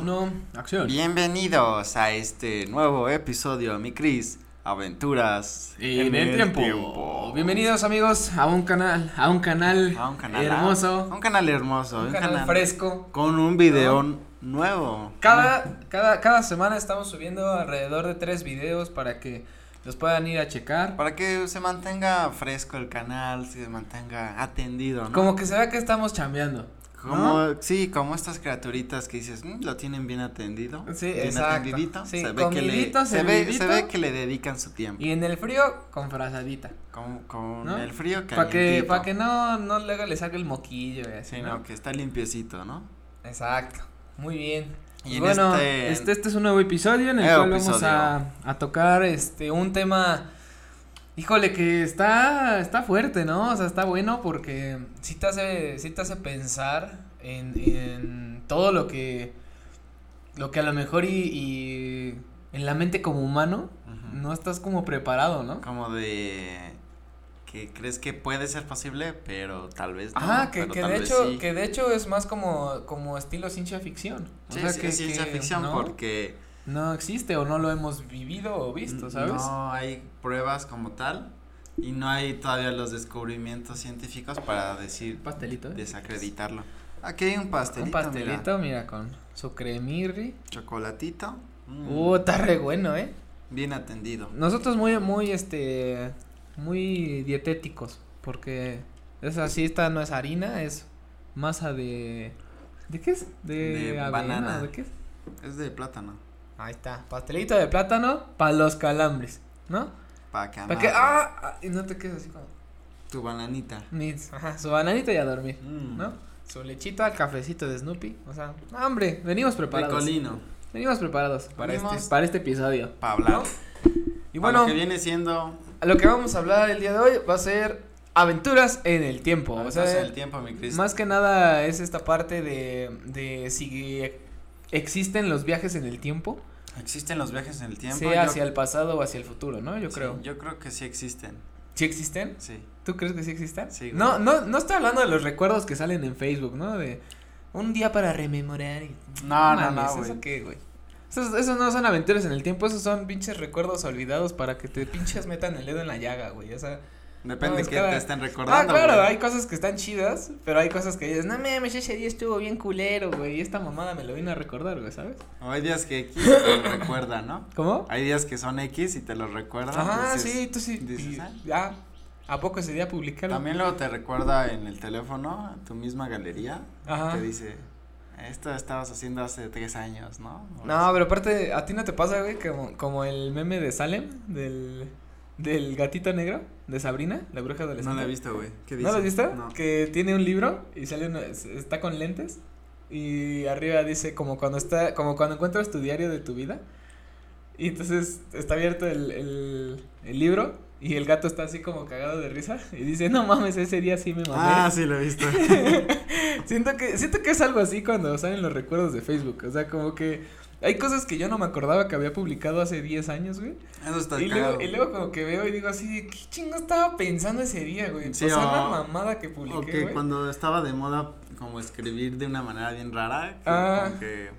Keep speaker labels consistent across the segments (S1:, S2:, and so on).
S1: 1, acción.
S2: Bienvenidos a este nuevo episodio, mi Cris. Aventuras
S1: En, el, tiempo. Bienvenidos amigos a un canal, a un canal,
S2: A un canal
S1: hermoso,
S2: Un canal hermoso.
S1: un canal fresco.
S2: Con un video nuevo.
S1: Cada, cada, cada semana estamos subiendo alrededor de tres videos para que los puedan ir a checar.
S2: Para que se mantenga fresco el canal, se mantenga atendido, ¿no?
S1: Como que se vea que estamos chambeando.
S2: Como,
S1: ¿no?
S2: sí, como estas criaturitas que dices, "Mm, lo tienen bien atendido.
S1: Sí,
S2: bien
S1: exacto.
S2: atendidito",
S1: Sí,
S2: se, ve que
S1: comidito,
S2: le, se, ve, se
S1: servidito.
S2: ve que le dedican su tiempo.
S1: Y en el frío, con frazadita.
S2: Con, con
S1: ¿No?
S2: el frío
S1: Para que,
S2: calientito.
S1: para que no, no luego le saque el moquillo y así,
S2: Sí,
S1: ¿no?
S2: no, que está limpiecito, ¿no?
S1: Exacto. Muy bien.
S2: Y en
S1: bueno,
S2: este-
S1: este... Este, es un nuevo episodio en el
S2: Nuevo
S1: cual vamos a, a tocar este un tema. Híjole, que está, está fuerte, ¿no? O sea, está bueno porque sí te hace, sí te hace pensar en, en todo lo que. Lo que a lo mejor y, y en la mente como humano
S2: Ujú.
S1: no estás como preparado, ¿no?
S2: Como de que crees que puede ser posible, pero tal vez no.
S1: Ajá, Ah, que,
S2: pero
S1: que
S2: tal
S1: de
S2: vez
S1: hecho,
S2: sí.
S1: que de hecho es más como, como estilo ciencia ficción. O
S2: Sí,
S1: sea,
S2: sí,
S1: que-
S2: es ciencia
S1: que,
S2: ficción
S1: ¿no?
S2: porque
S1: No existe o no lo hemos vivido o visto, ¿sabes?
S2: no hay pruebas como tal y no hay todavía los descubrimientos científicos para decir
S1: Pastelito. ¿eh?
S2: desacreditarlo. Aquí hay un pastelito,
S1: Un
S2: mira,
S1: pastelito, mira. con su cremirri.
S2: chocolatito, mm,
S1: Uh, está re bueno, ¿eh?
S2: bien atendido.
S1: Nosotros muy, muy, este, muy dietéticos, porque es así, esta no es harina, es masa de, ¿de qué es? De,
S2: De
S1: avena,
S2: banana.
S1: ¿de qué es?
S2: Es de plátano,
S1: Ahí está, pastelito de plátano para los calambres, ¿no?
S2: para que
S1: Para ¡Ah! que,
S2: amarre
S1: ah, ah, y no te quedes así como,
S2: tu bananita.
S1: ni- ajá, su bananita y a dormir.
S2: Mm,
S1: ¿no? Su lechito al cafecito de Snoopy. O sea, no, hombre, venimos preparados.
S2: Picolino,
S1: Venimos preparados para,
S2: Venimos-
S1: Este, para este episodio.
S2: para hablar.
S1: Y
S2: Pa' lo
S1: bueno,
S2: que viene siendo
S1: a lo que vamos a hablar el día de hoy va a ser aventuras en el tiempo. O
S2: Avanzas
S1: sea,
S2: en el tiempo, mi Cris.
S1: más que nada es esta parte de, de si existen los viajes en el tiempo,
S2: ¿Existen los viajes en el tiempo?
S1: sea
S2: Yo-
S1: hacia el pasado o hacia el futuro, ¿no? Yo
S2: sí,
S1: creo.
S2: Yo creo que sí existen,
S1: ¿Sí existen?
S2: sí.
S1: ¿Tú crees que sí existen?
S2: Sí, güey.
S1: no, no, no estoy hablando de los recuerdos que salen en Facebook, ¿no? De un día para rememorar y...
S2: No, no,
S1: mames,
S2: no, güey.
S1: ¿Eso qué, güey? Esos, esos no son aventuras en el tiempo, esos son pinches recuerdos olvidados para que te pinches metan el dedo en la llaga, güey. O sea,
S2: Depende
S1: No, es
S2: de qué
S1: cada-
S2: te estén
S1: ah,
S2: recordando.
S1: claro,
S2: güey.
S1: hay cosas que están chidas, pero hay cosas que dices, no mames, ese día estuvo bien culero, güey, y esta mamada me lo vino a recordar, güey, ¿sabes?
S2: O hay días que X te lo recuerda, ¿no?
S1: ¿Cómo?
S2: Hay días que son X y te los recuerda.
S1: Ajá,
S2: Ah, pues, dices-
S1: sí, tú sí.
S2: dices,
S1: y-
S2: "Ah".
S1: ah, ¿a poco ese día publicaron?
S2: También luego te recuerda en el teléfono, en tu misma galería,
S1: Ajá.
S2: te dice, esto estabas haciendo hace tres años, ¿no? O
S1: No, pero aparte, ¿a ti no te pasa, güey? Como, como el meme de Salem, del, del gatito negro, de Sabrina, la bruja
S2: No
S1: adolescente.
S2: la he visto, güey. ¿Qué
S1: ¿No
S2: dice?
S1: lo has visto?
S2: No.
S1: Que tiene un libro y sale una- es- está con lentes y arriba dice como cuando está, como cuando encuentras tu diario de tu vida. Y entonces está abierto el, el, el libro y el gato está así como cagado de risa y dice, no mames, ese día sí me mamé.
S2: Ah, sí, lo he visto.
S1: Siento que, siento que es algo así cuando salen los recuerdos de Facebook. O sea, como que hay cosas que yo no me acordaba que había publicado hace 10 años, güey.
S2: Eso está
S1: Y
S2: cagado.
S1: luego, y luego como que veo y digo así, ¿qué chingo estaba pensando ese día, güey?
S2: Sí,
S1: o sea,
S2: o-
S1: la mamada que
S2: O
S1: publiqué,
S2: que
S1: güey.
S2: cuando estaba de moda como escribir de una manera bien rara, que,
S1: Ah.
S2: como que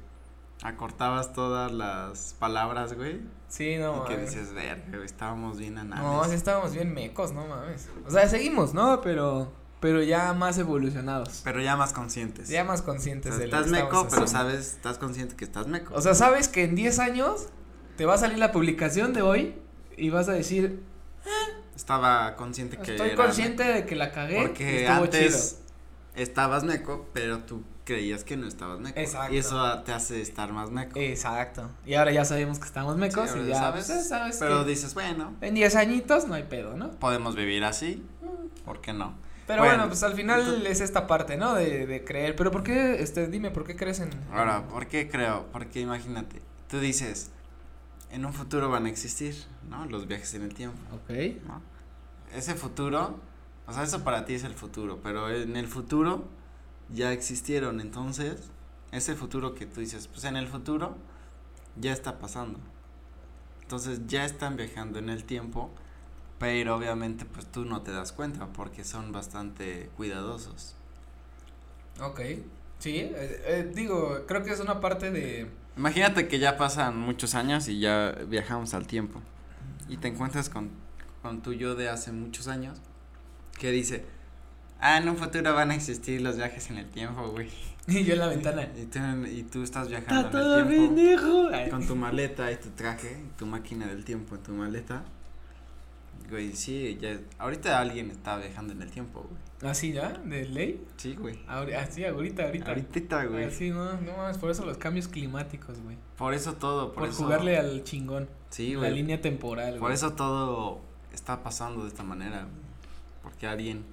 S2: acortabas todas las palabras, güey,
S1: Sí, no,
S2: y que
S1: mames.
S2: dices, ver, güey, estábamos bien anales.
S1: No, sí estábamos bien mecos, no mames. O sea, seguimos, ¿no? Pero, pero ya más evolucionados.
S2: Pero ya más conscientes.
S1: ya más
S2: O
S1: conscientes
S2: sea,
S1: de lo que
S2: estás
S1: estamos
S2: meco, pero
S1: haciendo.
S2: sabes, estás consciente que estás meco.
S1: O sea, sabes que en 10 años te va a salir la publicación de hoy y vas a decir,
S2: Estaba consciente que
S1: Estoy
S2: era
S1: consciente de que la cagué.
S2: meco.
S1: y
S2: Porque
S1: estuvo
S2: antes estabas meco, pero tú creías que no estabas meco.
S1: Exacto.
S2: Y eso te hace estar más meco.
S1: chido. Exacto. Y ahora ya sabemos que estamos mecos
S2: Sí,
S1: y
S2: ahora
S1: ya
S2: sabes,
S1: pues, ya sabes
S2: pero
S1: que
S2: dices, bueno,
S1: en 10 añitos no hay pedo, ¿no?
S2: podemos vivir así, ¿por qué no?
S1: Pero
S2: Bueno,
S1: bueno, pues al final
S2: entonces-
S1: es esta parte, ¿no? De, de creer. Pero ¿por qué, este, dime, por qué crees en...?
S2: Ahora, ¿por qué creo? Porque imagínate, tú dices, en un futuro van a existir, ¿no? Los viajes en el tiempo,
S1: Ok.
S2: ¿no? Ese futuro, o sea, eso para ti es el futuro, pero en el futuro ya existieron, entonces, ese futuro que tú dices, pues en el futuro ya está pasando. Entonces ya están viajando en el tiempo, pero obviamente pues tú no te das cuenta porque son bastante cuidadosos.
S1: Ok. Sí, eh, eh, digo, creo que es una parte de...
S2: Imagínate que ya pasan muchos años y ya viajamos al tiempo y te encuentras con, con tu yo de hace muchos años que dice, ah, en un futuro van a existir los viajes en el tiempo, güey.
S1: Y yo en la ventana.
S2: Y tú, y tú estás viajando
S1: Está
S2: en
S1: todo
S2: el tiempo
S1: pendejo. Ay.
S2: con tu maleta y tu traje, y tu máquina del tiempo en tu maleta. Güey, sí, ya, ahorita alguien está viajando en el tiempo, güey.
S1: ¿Así Ah, ya? ¿De ley?
S2: Sí, güey.
S1: Ahori- Así, ahorita, ahorita.
S2: Ahorita, güey.
S1: Así, no, no mames, por eso los cambios climáticos, güey.
S2: Por eso todo, por,
S1: Por,
S2: eso.
S1: jugarle al chingón.
S2: Sí,
S1: la
S2: güey.
S1: línea temporal,
S2: Por
S1: güey.
S2: eso todo está pasando de esta manera, güey. Porque alguien,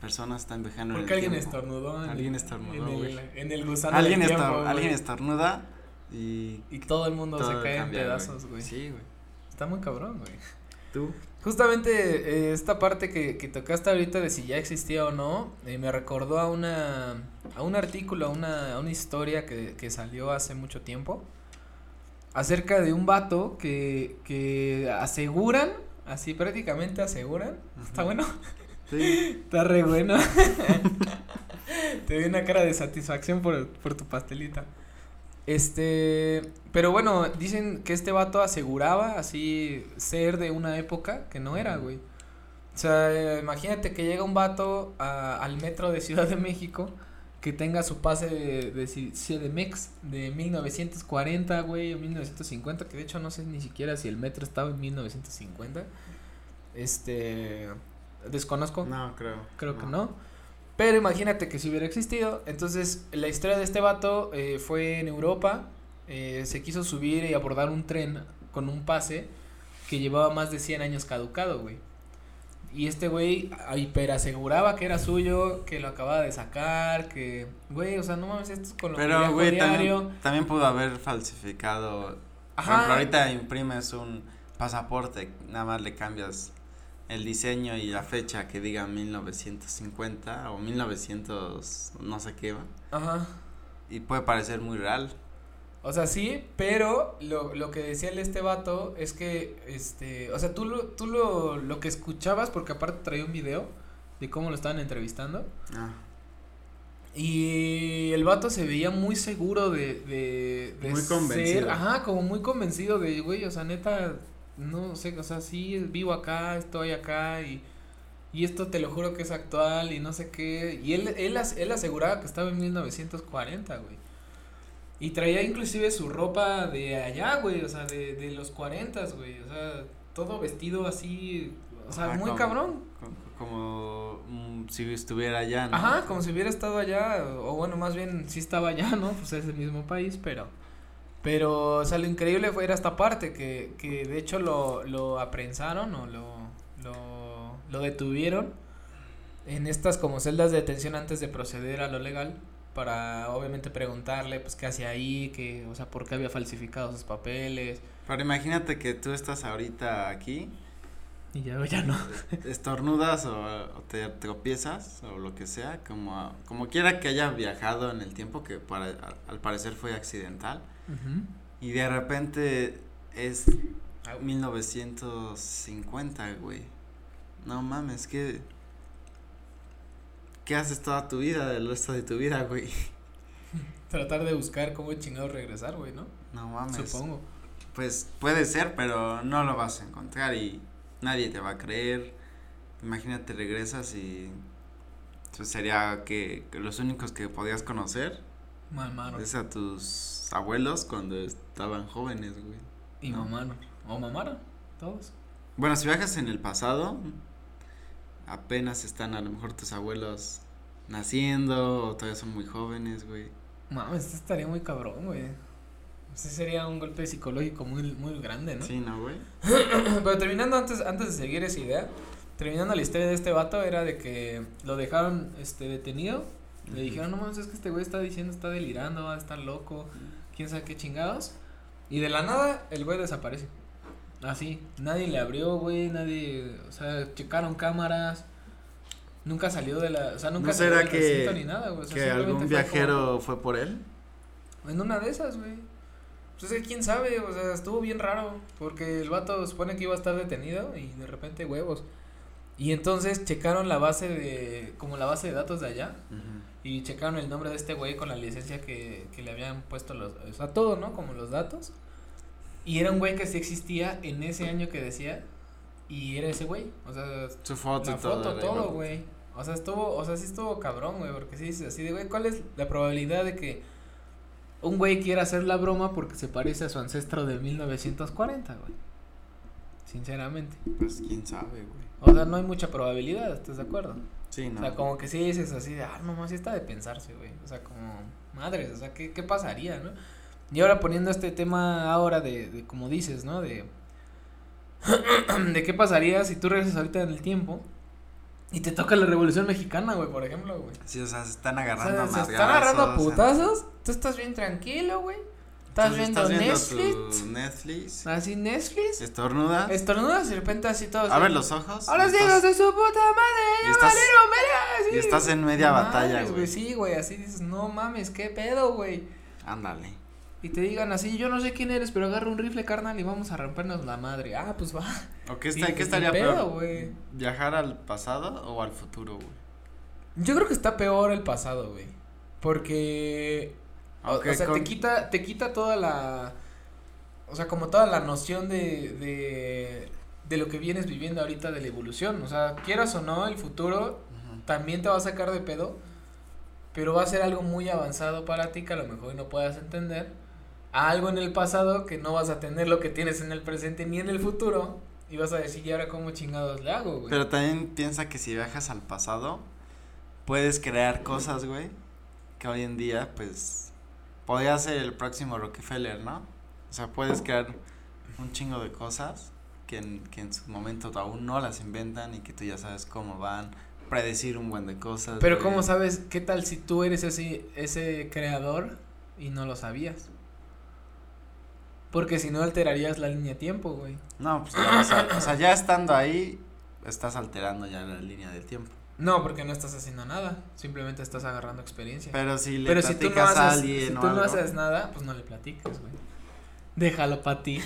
S2: personas están viajando en
S1: Porque
S2: el
S1: alguien
S2: tiempo.
S1: estornudó. en-
S2: Alguien estornudó,
S1: En el,
S2: güey.
S1: en el gusano.
S2: alguien,
S1: del
S2: estor-
S1: tiempo, güey.
S2: alguien estornuda y
S1: Y todo el mundo
S2: todo
S1: se cae
S2: cambia,
S1: en pedazos, güey.
S2: Sí, güey.
S1: Está muy cabrón, güey.
S2: Tú.
S1: Justamente eh, esta parte que, que tocaste ahorita de si ya existía o no, eh, me recordó a una a un artículo, a una, a una historia que, que salió hace mucho tiempo acerca de un vato que, que aseguran, así prácticamente aseguran, está bueno,
S2: Sí.
S1: está re bueno. Te doy una cara de satisfacción por, por tu pastelita. Este, pero bueno, dicen que este vato aseguraba así ser de una época que no era, güey. O sea, eh, imagínate que llega un vato a- al metro de Ciudad de México que tenga su pase de, de Ci- CDMX de 1940, güey, o 1950, que de hecho no sé ni siquiera si el metro estaba en 1950. Este, desconozco.
S2: No, creo.
S1: Creo que no. Pero imagínate que si hubiera existido. Entonces, la historia de este vato eh, fue en Europa. eh, se quiso subir y abordar un tren con un pase que llevaba más de 100 años caducado, güey. Y este güey a- hiperaseguraba que era suyo, que lo acababa de sacar, que... Güey, o sea, no mames, esto es con lo que
S2: Pero,
S1: viajo
S2: güey,
S1: diario.
S2: también, también pudo haber falsificado. Por
S1: Ajá.
S2: ejemplo, ahorita imprimes un pasaporte, nada más le cambias el diseño y la fecha que diga 1950 o 1900, no sé qué va.
S1: Ajá.
S2: Y puede parecer muy real.
S1: O sea, sí, pero lo, lo que decía el este vato es que, este, o sea, tú, lo, tú lo, lo que escuchabas, porque aparte traía un video de cómo lo estaban entrevistando,
S2: Ah,
S1: y el vato se veía muy seguro de, de, de
S2: Muy convencido.
S1: ajá, como muy convencido de, güey, o sea, neta, no sé, o sea, sí, vivo acá, estoy acá y, y esto te lo juro que es actual y no sé qué. Y él, él, as- él aseguraba que estaba en 1940, güey. Y traía inclusive su ropa de allá, güey, o sea, de, de los 40, güey, o sea, todo vestido así, o sea,
S2: Ajá,
S1: muy
S2: como-
S1: cabrón.
S2: co- como mm, si estuviera allá. ¿no?
S1: Ajá, como si hubiera estado allá, o bueno, más bien sí estaba allá, ¿no? Pues es el mismo país, pero... Pero, o sea, lo increíble fue ir a esta parte, que, que de hecho lo, lo aprensaron o lo, lo, lo detuvieron en estas como celdas de detención antes de proceder a lo legal para obviamente preguntarle pues qué hacía ahí, que, o sea, por qué había falsificado sus papeles
S2: Pero imagínate que tú estás ahorita aquí,
S1: y ya, ya no.
S2: estornudas o, o te tropiezas o lo que sea, como, como quiera que haya viajado en el tiempo, que para, al, al parecer fue accidental, y de repente es 1950, güey. No mames, ¿qué, ¿qué haces toda tu vida, el resto de tu vida, güey?
S1: Tratar de buscar cómo chingados regresar, güey, ¿no?
S2: No mames.
S1: Supongo.
S2: Pues puede ser, pero no lo vas a encontrar y nadie te va a creer. Imagínate, regresas y pues, sería que, que los únicos que podías conocer
S1: Mamaron.
S2: es a tus abuelos cuando estaban jóvenes, güey.
S1: Y
S2: No.
S1: mamaron. O mamaron. Todos.
S2: Bueno, si viajas en el pasado, apenas están a lo mejor tus abuelos naciendo o todavía son muy jóvenes, güey.
S1: Mames, esto estaría muy cabrón, güey. Ese sería un golpe psicológico muy, muy grande, ¿no?
S2: Sí, ¿no, güey?
S1: Pero terminando antes, antes de seguir esa idea, terminando la historia de este vato era de que lo dejaron este detenido. Le
S2: Ujú.
S1: dijeron, no mames, es que este güey está diciendo, está delirando, va a estar loco, quién sabe qué chingados. Y de la nada, el güey desaparece. Así, nadie le abrió, güey, nadie, o sea, checaron cámaras. Nunca salió de la, o sea, nunca
S2: ¿No
S1: salió
S2: será
S1: del
S2: que-
S1: recinto ni nada, güey. o sea,
S2: que
S1: pues, simplemente
S2: algún
S1: fue como-
S2: viajero fue por él.
S1: en una de esas, güey. Pues es que quién sabe, o sea, estuvo bien raro. Porque el vato supone que iba a estar detenido y de repente huevos. Y entonces checaron la base de, como la base de datos de allá,
S2: Ujú.
S1: y checaron el nombre de este güey con la licencia que, que le habían puesto los, o sea, todo, ¿no? Como los datos. Y era un güey que sí existía en ese año que decía, y era ese güey, o sea,
S2: Su foto
S1: la
S2: y todo.
S1: foto,
S2: la
S1: todo,
S2: imagen.
S1: güey. O sea, estuvo, o sea, sí estuvo cabrón, güey, porque sí dices así de, güey, ¿cuál es la probabilidad de que un güey quiera hacer la broma porque se parece a su ancestro de 1940, güey? Sinceramente.
S2: Pues quién sabe, güey.
S1: O sea, no hay mucha probabilidad, ¿estás de acuerdo?
S2: Sí, no.
S1: O sea, como que sí dices así de, ah, no más, sí está de pensarse, güey. O sea, como, madres, o sea, ¿qué, qué pasaría, no? Y ahora poniendo este tema ahora de, de como dices, ¿no? De, de qué pasaría si tú regresas ahorita en el tiempo y te toca la Revolución Mexicana, güey, por ejemplo, güey.
S2: Sí, o sea, se están
S1: O
S2: agarrando
S1: sea,
S2: a
S1: se están
S2: madrazos,
S1: agarrando a
S2: o sea,
S1: putazos, tú estás bien tranquilo, güey. Estás
S2: entonces
S1: viendo Netflix, Ah,
S2: tu Netflix.
S1: así Netflix,
S2: Estornudas.
S1: estornudas y de repente así todos.
S2: Abre los ojos.
S1: Ahora
S2: y
S1: sí, hijos
S2: estás-
S1: de su puta madre,
S2: y
S1: ya
S2: estás-
S1: valieron, verga,
S2: Y
S1: sí.
S2: estás en media
S1: No
S2: batalla,
S1: mames,
S2: güey.
S1: Sí, güey, así dices, no mames, qué pedo, güey.
S2: Ándale.
S1: Y te digan así, yo no sé quién eres, pero agarra un rifle, carnal, y vamos a rompernos la madre. Ah, pues va.
S2: ¿O qué,
S1: Sí,
S2: está- qué
S1: pues, ni
S2: estaría
S1: pedo,
S2: peor?
S1: güey.
S2: ¿Viajar al pasado o al futuro, güey?
S1: Yo creo que está peor el pasado, güey. Porque. o-
S2: Aunque
S1: o sea,
S2: con-
S1: te quita, te quita toda la. O sea, como toda la noción de. de. de lo que vienes viviendo ahorita de la evolución. O sea, quieras o no, el futuro
S2: Ujú.
S1: también te va a sacar de pedo, pero va a ser algo muy avanzado para ti que a lo mejor no puedas entender. Algo en el pasado que no vas a tener lo que tienes en el presente ni en el futuro. Y vas a decir, ¿y ahora cómo chingados le hago, güey?
S2: Pero también piensa que si viajas al pasado, puedes crear cosas, güey, que hoy en día, pues, podría ser el próximo Rockefeller, ¿no? O sea, puedes crear un chingo de cosas que en, que en su momento aún no las inventan y que tú ya sabes cómo van, predecir un buen de cosas.
S1: Pero
S2: güey.
S1: ¿cómo sabes qué tal si tú eres ese, ese creador y no lo sabías? Porque si no alterarías la línea de tiempo, güey.
S2: No, pues, ya vas a- o sea, ya estando ahí, estás alterando ya la línea del tiempo.
S1: No, porque no estás haciendo nada. Simplemente estás agarrando experiencia.
S2: Pero si le
S1: Pero si tú no
S2: platicas a
S1: haces,
S2: alguien
S1: si
S2: o
S1: tú no
S2: algo,
S1: haces nada, pues no le platicas, güey. Déjalo para ti.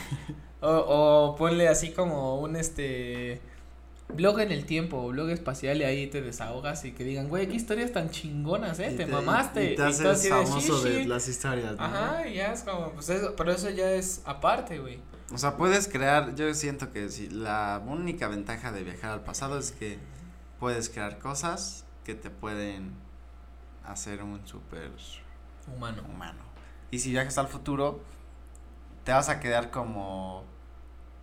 S1: O, o ponle así como un este blog en el tiempo, o blog espacial y ahí te desahogas y que digan, güey, qué historias tan chingonas, eh,
S2: y
S1: te, mamaste.
S2: Y te
S1: tú
S2: haces
S1: así de,
S2: famoso
S1: "Sí,
S2: de
S1: sí".
S2: las historias, ¿no?
S1: Ajá, y ya es como, pues eso, pero eso ya es aparte, güey.
S2: O sea, puedes crear, yo siento que sí, la única ventaja de viajar al pasado es que puedes crear cosas que te pueden hacer un súper
S1: Humano.
S2: humano. Y si viajas al futuro, te vas a quedar como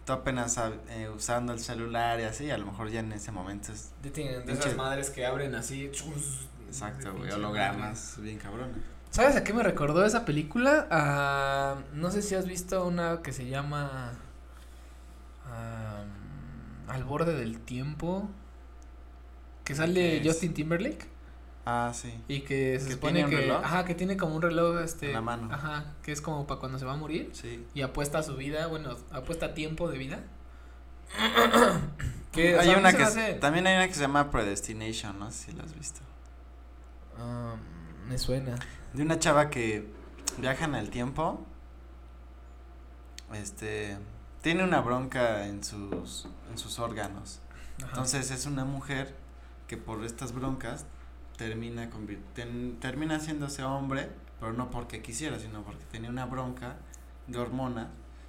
S2: tú apenas sab- eh, usando el celular y así, a lo mejor ya en ese momento es
S1: De, tienen de
S2: Pinche-
S1: esas madres que abren así. chus,
S2: exacto,
S1: de
S2: güey,
S1: pinche
S2: hologramas bien cabrón.
S1: ¿Sabes a qué me recordó esa película? A, no sé si has visto una que se llama am, Al borde del tiempo. Que
S2: ¿Qué
S1: sale
S2: es?
S1: Justin Timberlake
S2: Ah, sí.
S1: y que se
S2: ¿Que
S1: supone
S2: tiene un
S1: que
S2: reloj?
S1: ajá, que tiene como un reloj este
S2: En la mano.
S1: ajá, que es como para cuando se va a morir
S2: Sí.
S1: y apuesta a su vida, bueno, apuesta a tiempo de vida. que o
S2: Hay
S1: sea, a mí
S2: una
S1: se
S2: que
S1: me
S2: se-
S1: hace-
S2: también hay una que se llama Predestination, no sé si la has visto.
S1: am, me suena.
S2: De una chava que viaja en el tiempo. Este. Tiene una bronca en sus, en sus órganos.
S1: Ajá.
S2: Entonces es una mujer que por estas broncas termina, convir- ten- termina haciéndose hombre, pero no porque quisiera, sino porque tenía una bronca de hormonas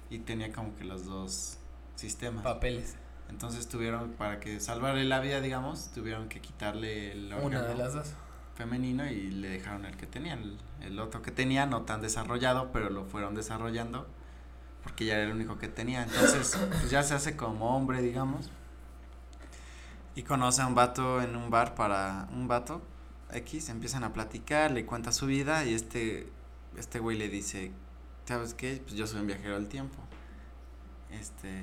S2: y tenía como que los dos sistemas.
S1: papeles.
S2: Entonces tuvieron, para que salvarle la vida, digamos, tuvieron que quitarle el órgano
S1: Una de las dos.
S2: femenino y le dejaron el que tenían. El, el otro que tenía, no tan desarrollado, pero lo fueron desarrollando porque ya era el único que tenía. Entonces, pues, ya se hace como hombre, digamos. Y conoce a un vato en un bar para un vato X, empiezan a platicar, le cuenta su vida y este este güey le dice, "¿Sabes qué? Pues yo soy un viajero del tiempo." Este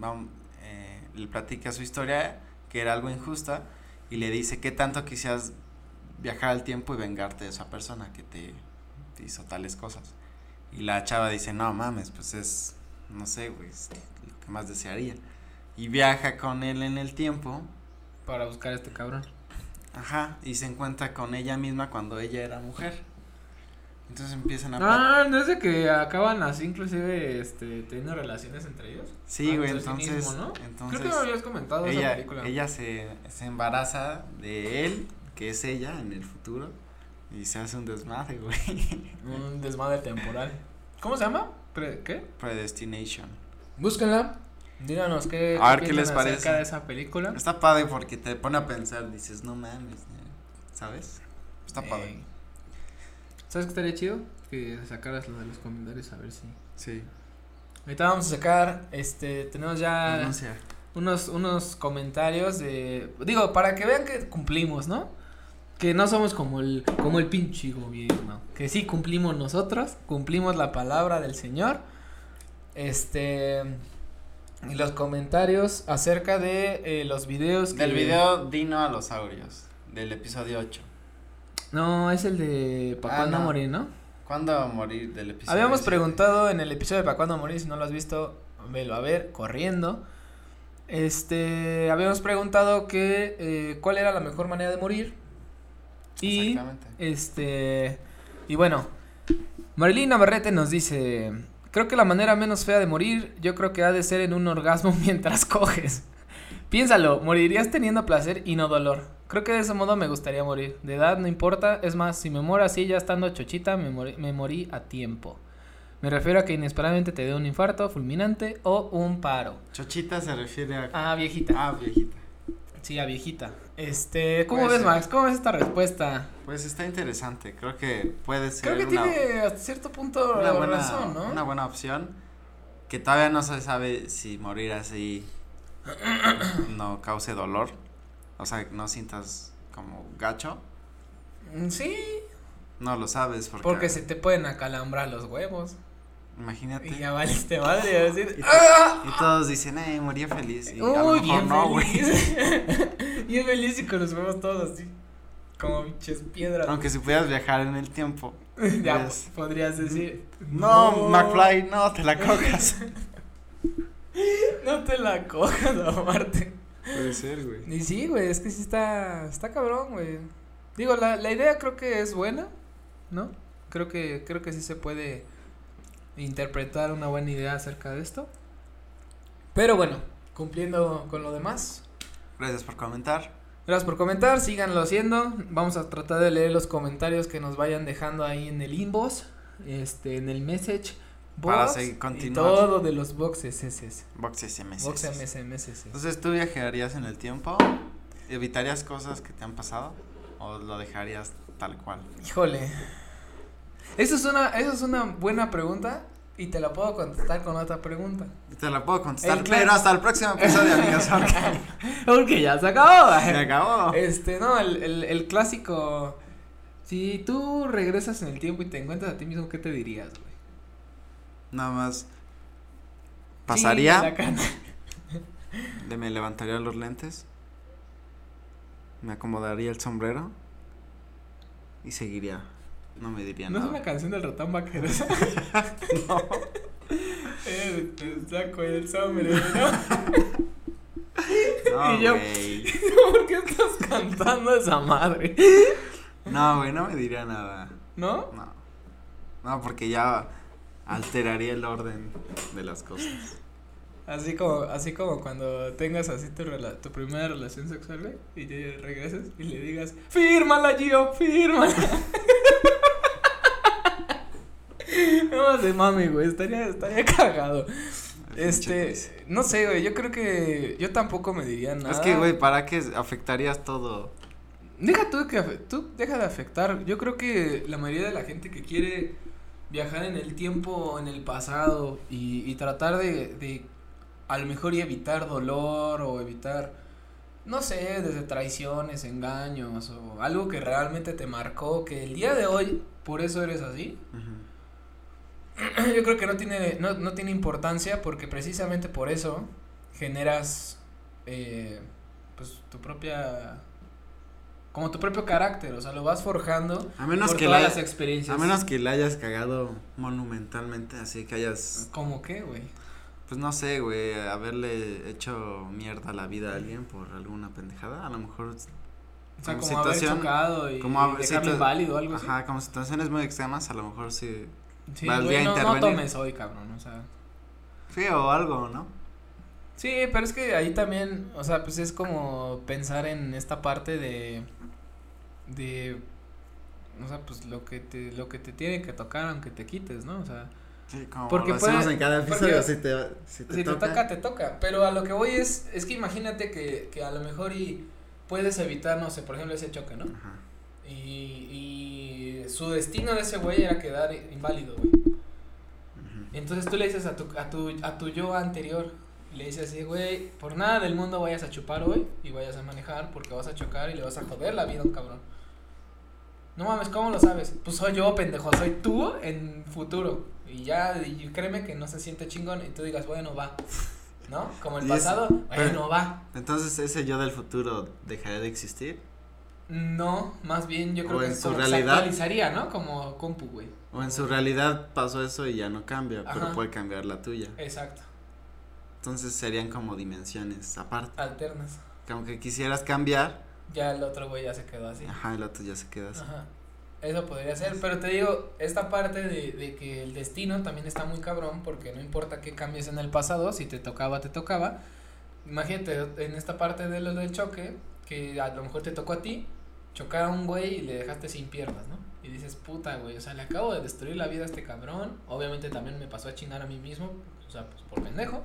S2: vam- eh, le platica su historia que era algo injusta y le dice, "¿Qué tanto quisieras viajar al tiempo y vengarte de esa persona que te, te hizo tales cosas. Y la chava dice, no mames, pues es, no sé, güey, es lo que más desearía. Y viaja con él en el tiempo,
S1: Para buscar a este cabrón.
S2: ajá, y se encuentra con ella misma cuando ella era mujer. Entonces empiezan a... pla-
S1: Ah, no es de que acaban así, inclusive, este, teniendo relaciones entre ellos.
S2: sí,
S1: Ah,
S2: güey,
S1: pues, sí
S2: entonces...
S1: mismo, ¿no?
S2: entonces
S1: Creo que me habías comentado esa película.
S2: ella, ella se, se embaraza de él, que es ella en el futuro, y se hace un desmadre, güey.
S1: Un desmadre temporal. ¿Cómo se llama? Pre- ¿Qué?
S2: Predestination.
S1: Búsquenla. Díganos qué,
S2: A ver, ¿qué
S1: piensan
S2: les parece?
S1: acerca de esa película.
S2: Está padre porque te pone a pensar, dices, no mames, ¿no? ¿sabes? Está
S1: Ey.
S2: padre.
S1: Eh, ¿Sabes qué estaría chido? Que sacaras lo de los comentarios a ver si.
S2: Sí.
S1: Ahorita vamos a sacar, este, tenemos ya
S2: Anuncia.
S1: unos, unos comentarios de, digo, para que vean que cumplimos, ¿no? Que no somos como el, como el pinche gobierno, que sí cumplimos nosotros, cumplimos la palabra del Señor, este, y los comentarios acerca de eh, los videos que.
S2: Del video Dino a los Aurios, del episodio 8.
S1: No, es el de Pa'
S2: Ah,
S1: cuándo
S2: no.
S1: morir, ¿no?
S2: ¿Cuándo va a morir del episodio
S1: Habíamos
S2: siete?
S1: preguntado en el episodio de Pa' cuándo morir, si no lo has visto, velo a ver, corriendo. Este, habíamos preguntado que eh, cuál era la mejor manera de morir. Y
S2: Exactamente.
S1: este, y bueno, Marilina Barrete nos dice, creo que la manera menos fea de morir, yo creo que ha de ser en un orgasmo mientras coges. Piénsalo, morirías teniendo placer y no dolor. Creo que de ese modo me gustaría morir. De edad no importa, es más, si me muero así ya estando chochita, me, morí- me morí a tiempo. Me refiero a que inesperadamente te dé un infarto fulminante o un paro.
S2: Chochita se refiere a...
S1: Ah, viejita.
S2: Ah, viejita.
S1: Sí, a viejita. Este, ¿cómo
S2: Puede
S1: ves,
S2: ser.
S1: Max? ¿Cómo ves esta respuesta?
S2: Pues está interesante, creo que puede ser
S1: Creo que
S2: una,
S1: tiene hasta cierto punto
S2: una
S1: la
S2: buena,
S1: razón, ¿no?
S2: una buena opción, que todavía no se sabe si morir así no cause dolor, o sea, no sientas como gacho,
S1: Mm, Sí,
S2: no lo sabes porque,
S1: porque se te pueden acalambrar los huevos.
S2: imagínate,
S1: Y
S2: y,
S1: ya valiste madre, vas a decir,
S2: Y te-
S1: ¡ah!
S2: todos dicen, eh, murió feliz, y a lo
S1: Uy,
S2: mejor
S1: bien
S2: no, güey,
S1: feliz. bien feliz y con los huevos todos así, como pinches piedras.
S2: aunque si pudieras viajar en el tiempo,
S1: ya pues,
S2: pues.
S1: podrías decir,
S2: no, McFly, no, te la cojas.
S1: No te la cojas, aparte.
S2: Puede ser, güey.
S1: Y sí, güey, es que sí está, está cabrón, güey. Digo, la, la idea creo que es buena, ¿no? Creo que, creo que sí se puede interpretar una buena idea acerca de esto. Pero bueno, cumpliendo con lo demás.
S2: Gracias por comentar.
S1: Gracias por comentar, síganlo haciendo. Vamos a tratar de leer los comentarios que nos vayan dejando ahí en el inbox, este, en el message.
S2: Para
S1: box
S2: seguir-
S1: y
S2: continuar.
S1: todo de los boxes, ese.
S2: Boxes SMS.
S1: Box MS, MS.
S2: Entonces, ¿tú viajarías en el tiempo? ¿Evitarías cosas que te han pasado? ¿O lo dejarías tal cual?
S1: Híjole. Eso es una, eso es una buena pregunta y te la puedo contestar con otra pregunta.
S2: Te la puedo contestar,
S1: El cla-
S2: pero hasta el próximo episodio, amigos. porque
S1: Porque ya se acabó.
S2: Se acabó.
S1: Este, no, el, el, el clásico. Si tú regresas en el tiempo y te encuentras a ti mismo, ¿qué te dirías, güey?
S2: Nada más.
S1: Sí,
S2: Pasaría,
S1: la cana.
S2: le- me levantaría los lentes, me acomodaría el sombrero y seguiría. No me diría
S1: No es una
S2: nada.
S1: canción del ratón vaquero. esa?
S2: No.
S1: Eh, te saco el sombrero, ¿no?
S2: No,
S1: Y yo-
S2: güey.
S1: ¿Por qué estás cantando esa madre?
S2: No, güey, no me diría nada.
S1: ¿No?
S2: No. No, porque ya alteraría el orden de las cosas.
S1: Así como, así como cuando tengas así tu, rela- tu primera relación sexual, güey, y te regreses y le digas, fírmala, Gio, fírmala. no de mami, güey, estaría, estaría cagado. Este,
S2: Es
S1: no sé, güey, yo creo que yo tampoco me diría nada.
S2: que, güey, ¿para qué afectarías todo?
S1: Deja tú que, afe- tú deja de afectar. Yo creo que la mayoría de la gente que quiere viajar en el tiempo, en el pasado y, y tratar de, de a lo mejor y evitar dolor o evitar, no sé, desde traiciones, engaños o algo que realmente te marcó, que el día de hoy por eso eres así. Ah, Yo creo que no tiene, no, no tiene importancia porque precisamente por eso generas eh, pues tu propia como tu propio carácter, o sea, lo vas forjando
S2: A menos
S1: por
S2: que
S1: todas
S2: la-
S1: las experiencias.
S2: A menos que la hayas cagado monumentalmente, así que hayas,
S1: ¿Cómo qué, güey?
S2: pues no sé, güey, haberle hecho mierda a la vida a alguien por alguna pendejada, a lo mejor
S1: O sea,
S2: como
S1: como, haber
S2: situación-
S1: chocado y,
S2: como haber-
S1: y dejarlo
S2: situa-
S1: inválido o algo así.
S2: Ajá, como situaciones muy extremas, a lo mejor sí.
S1: Sí,
S2: Valdría
S1: güey, no, no
S2: intervenir.
S1: tomes hoy, cabrón, o sea.
S2: Sí, o algo, ¿no?
S1: Sí, pero es que ahí también, o sea, pues es como pensar en esta parte de, de, o sea, pues lo que te, lo que te tiene que tocar aunque te quites, ¿no? O sea,
S2: Sí, como
S1: Porque
S2: lo hacemos
S1: puede-
S2: en cada episodio,
S1: porque-
S2: si te, si te
S1: si
S2: toca.
S1: te toca, te toca, pero a lo que voy es, es que imagínate que, que a lo mejor y puedes evitar, no sé, por ejemplo, ese choque, ¿no?
S2: Ajá.
S1: Y, y su destino de ese güey era quedar inválido, güey.
S2: ujú.
S1: Entonces tú le dices a tu, a tu, a tu yo anterior, le dices así, güey, por nada del mundo vayas a chupar hoy y vayas a manejar porque vas a chocar y le vas a joder la vida a un cabrón. No mames, ¿cómo lo sabes? Pues soy yo, pendejo, soy tú en futuro. Y ya, y créeme que no se siente chingón y tú digas, bueno, va. ¿No? Como el
S2: Y es-
S1: pasado, bueno, va.
S2: Entonces, ese yo del futuro dejaría de existir.
S1: No, más bien yo creo
S2: O
S1: que
S2: en
S1: es
S2: su
S1: como que se
S2: realidad.
S1: actualizaría, ¿no? Como compu, güey.
S2: O en su realidad pasó eso y ya no cambia,
S1: Ajá.
S2: pero puede cambiar la tuya.
S1: Exacto,
S2: Entonces serían como dimensiones aparte.
S1: alternas.
S2: Que aunque quisieras cambiar,
S1: Ya el otro güey ya se quedó así.
S2: ajá, el otro ya se queda así.
S1: Ajá. Eso podría ser, pero te digo, esta parte de, de que el destino también está muy cabrón, porque no importa qué cambies en el pasado, si te tocaba, te tocaba. Imagínate, en esta parte de lo del choque, que a lo mejor te tocó a ti, chocar a un güey y le dejaste sin piernas, ¿no? Y dices, puta, güey, o sea, le acabo de destruir la vida a este cabrón. Obviamente también me pasó a chingar a mí mismo, o sea, pues por pendejo.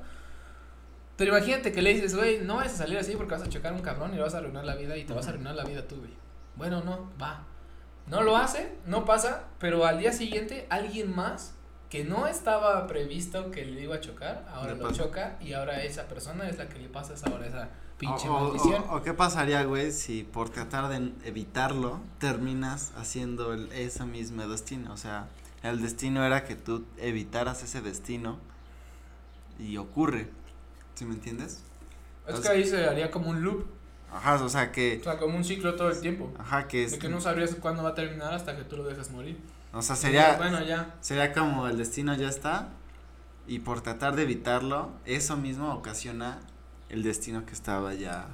S1: Pero imagínate que le dices, güey, no vayas a salir así porque vas a chocar a un cabrón y le vas a arruinar la vida y te vas a arruinar la vida tú, güey. Bueno, no, va. No lo hace, no pasa, pero al día siguiente alguien más que no estaba previsto que le iba a chocar, ahora
S2: Le
S1: lo
S2: pasa.
S1: choca y ahora esa persona es la que le pasa esa- ahora esa pinche
S2: o, o-
S1: maldición.
S2: o- o qué pasaría, güey, si por tratar de n- evitarlo, terminas haciendo el, ese mismo destino. O sea, el destino era que tú evitaras ese destino y ocurre. ¿Sí me entiendes?
S1: es que ahí se haría como un loop,
S2: Ajá, o sea
S1: o
S2: que.
S1: sea, como un ciclo todo el tiempo.
S2: Ajá, que es.
S1: De que no sabrías cuándo va a terminar hasta que tú lo dejas morir.
S2: O sea, sería.
S1: Bueno, ya.
S2: Sería como el destino ya está y por tratar de evitarlo, eso mismo ocasiona el destino que estaba ya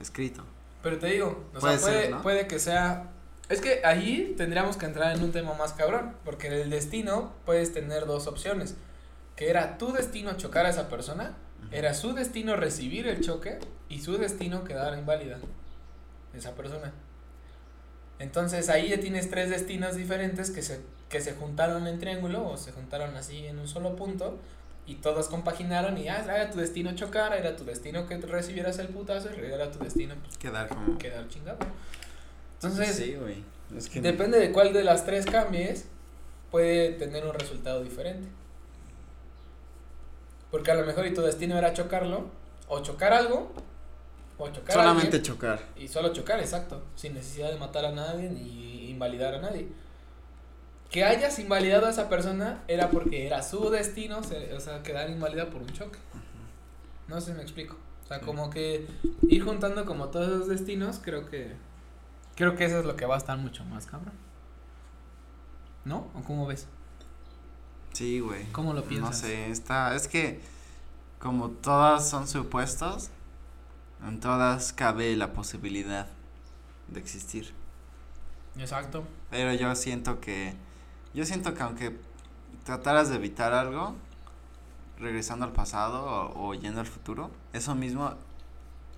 S2: escrito.
S1: Pero te digo, o
S2: Puede
S1: sea, puede,
S2: ser, ¿no?
S1: puede que sea. Es que ahí tendríamos que entrar en un tema más cabrón. Porque en el destino puedes tener dos opciones: que era tu destino chocar a esa persona, era su destino recibir el choque y su destino quedar inválida. Esa persona. Entonces ahí ya tienes tres destinos diferentes que se, que se juntaron en triángulo o se juntaron así en un solo punto y todos compaginaron y ah, era tu destino chocar, era tu destino que recibieras el putazo y era tu destino pues,
S2: Quedar como...
S1: quedar chingado. Entonces,
S2: sí, güey. Es que
S1: depende de cuál de las tres cambies, puede tener un resultado diferente. Porque a lo mejor y tu destino era chocarlo, o chocar algo, o chocar a alguien,
S2: solamente chocar.
S1: y solo chocar, exacto, sin necesidad de matar a nadie ni invalidar a nadie. Que hayas invalidado a esa persona era porque era su destino, se- o sea, quedar inválida por un choque. No sé si me explico. O sea, como que ir juntando como todos esos destinos, creo que creo que eso es lo que va a estar mucho más cabrón. ¿No? ¿O cómo ves?
S2: Sí, güey.
S1: ¿Cómo lo piensas?
S2: No sé, está... Es que como todas son supuestos, en todas cabe la posibilidad de existir.
S1: Exacto.
S2: Pero yo siento que. Yo siento que aunque trataras de evitar algo, regresando al pasado o, o yendo al futuro, eso mismo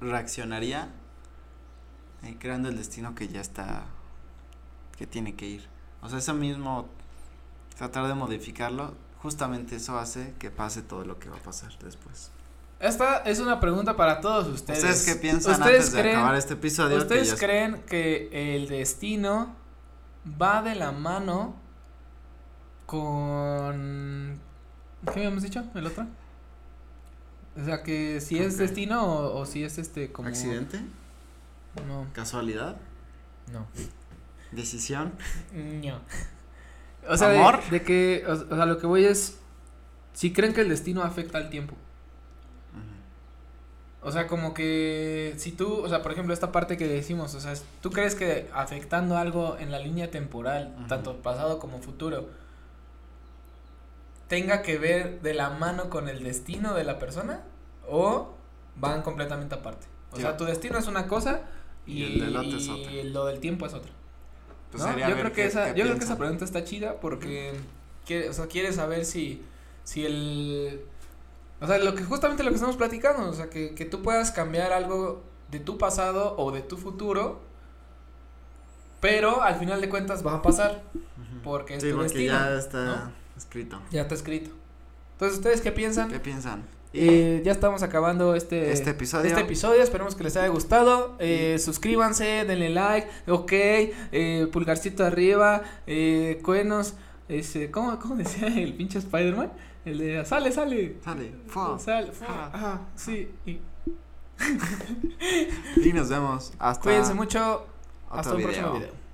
S2: reaccionaría eh, creando el destino que ya está. que tiene que ir. O sea, eso mismo, tratar de modificarlo, justamente eso hace que pase todo lo que va a pasar después.
S1: Esta es una pregunta para todos ustedes.
S2: ¿Ustedes, qué piensan
S1: ¿Ustedes
S2: antes de
S1: creen-
S2: acabar este episodio? que
S1: ¿Ustedes
S2: ya-
S1: creen que el destino va de la mano con... ¿Qué habíamos dicho? ¿El otro? O sea, que si es
S2: Ok.
S1: destino o, o si es este como...
S2: ¿Accidente?
S1: No,
S2: ¿Casualidad?
S1: no.
S2: ¿Decisión?
S1: No. O sea, de-
S2: ¿Amor?
S1: De, que... O, o sea, lo que voy es... Si creen que el destino afecta al tiempo.
S2: Ujú.
S1: O sea, como que si tú, o sea, por ejemplo, esta parte que decimos, o sea, tú crees que afectando algo en la línea temporal,
S2: Ajá.
S1: tanto pasado como futuro, tenga que ver de la mano con el destino de la persona o van completamente aparte. O
S2: Yo-
S1: sea, tu destino es una cosa
S2: Y el elote es otra.
S1: Y lo del tiempo es otra.
S2: Pues
S1: ¿no?
S2: sería
S1: yo
S2: ver
S1: creo que
S2: qué-
S1: esa, yo
S2: qué
S1: creo que
S2: piensa.
S1: esa pregunta está chida porque quiere, o sea, quiere saber si, si el o sea, lo que justamente lo que estamos platicando, o sea, que, que tú puedas cambiar algo de tu pasado o de tu futuro, pero al final de cuentas va a pasar
S2: Ujú.
S1: porque es este
S2: Sí,
S1: tu
S2: porque
S1: destino.
S2: ya
S1: Ya...
S2: está escrito.
S1: está escrito. Entonces, ¿ustedes qué piensan?
S2: ¿Qué piensan?
S1: Eh, ya estamos acabando este,
S2: Este episodio.
S1: este episodio, esperemos que les haya gustado. Eh, Suscríbanse, denle like, ok, eh, pulgarcito arriba, eh, cuenos. Ese, ¿cómo, ¿Cómo decía el pinche Spider-Man? El de sale, sale.
S2: Sale, fua.
S1: Sale, fua,
S2: Ah.
S1: ajá, sí. y
S2: Y nos vemos. Hasta
S1: cuídense mucho.
S2: otro
S1: hasta un próximo video.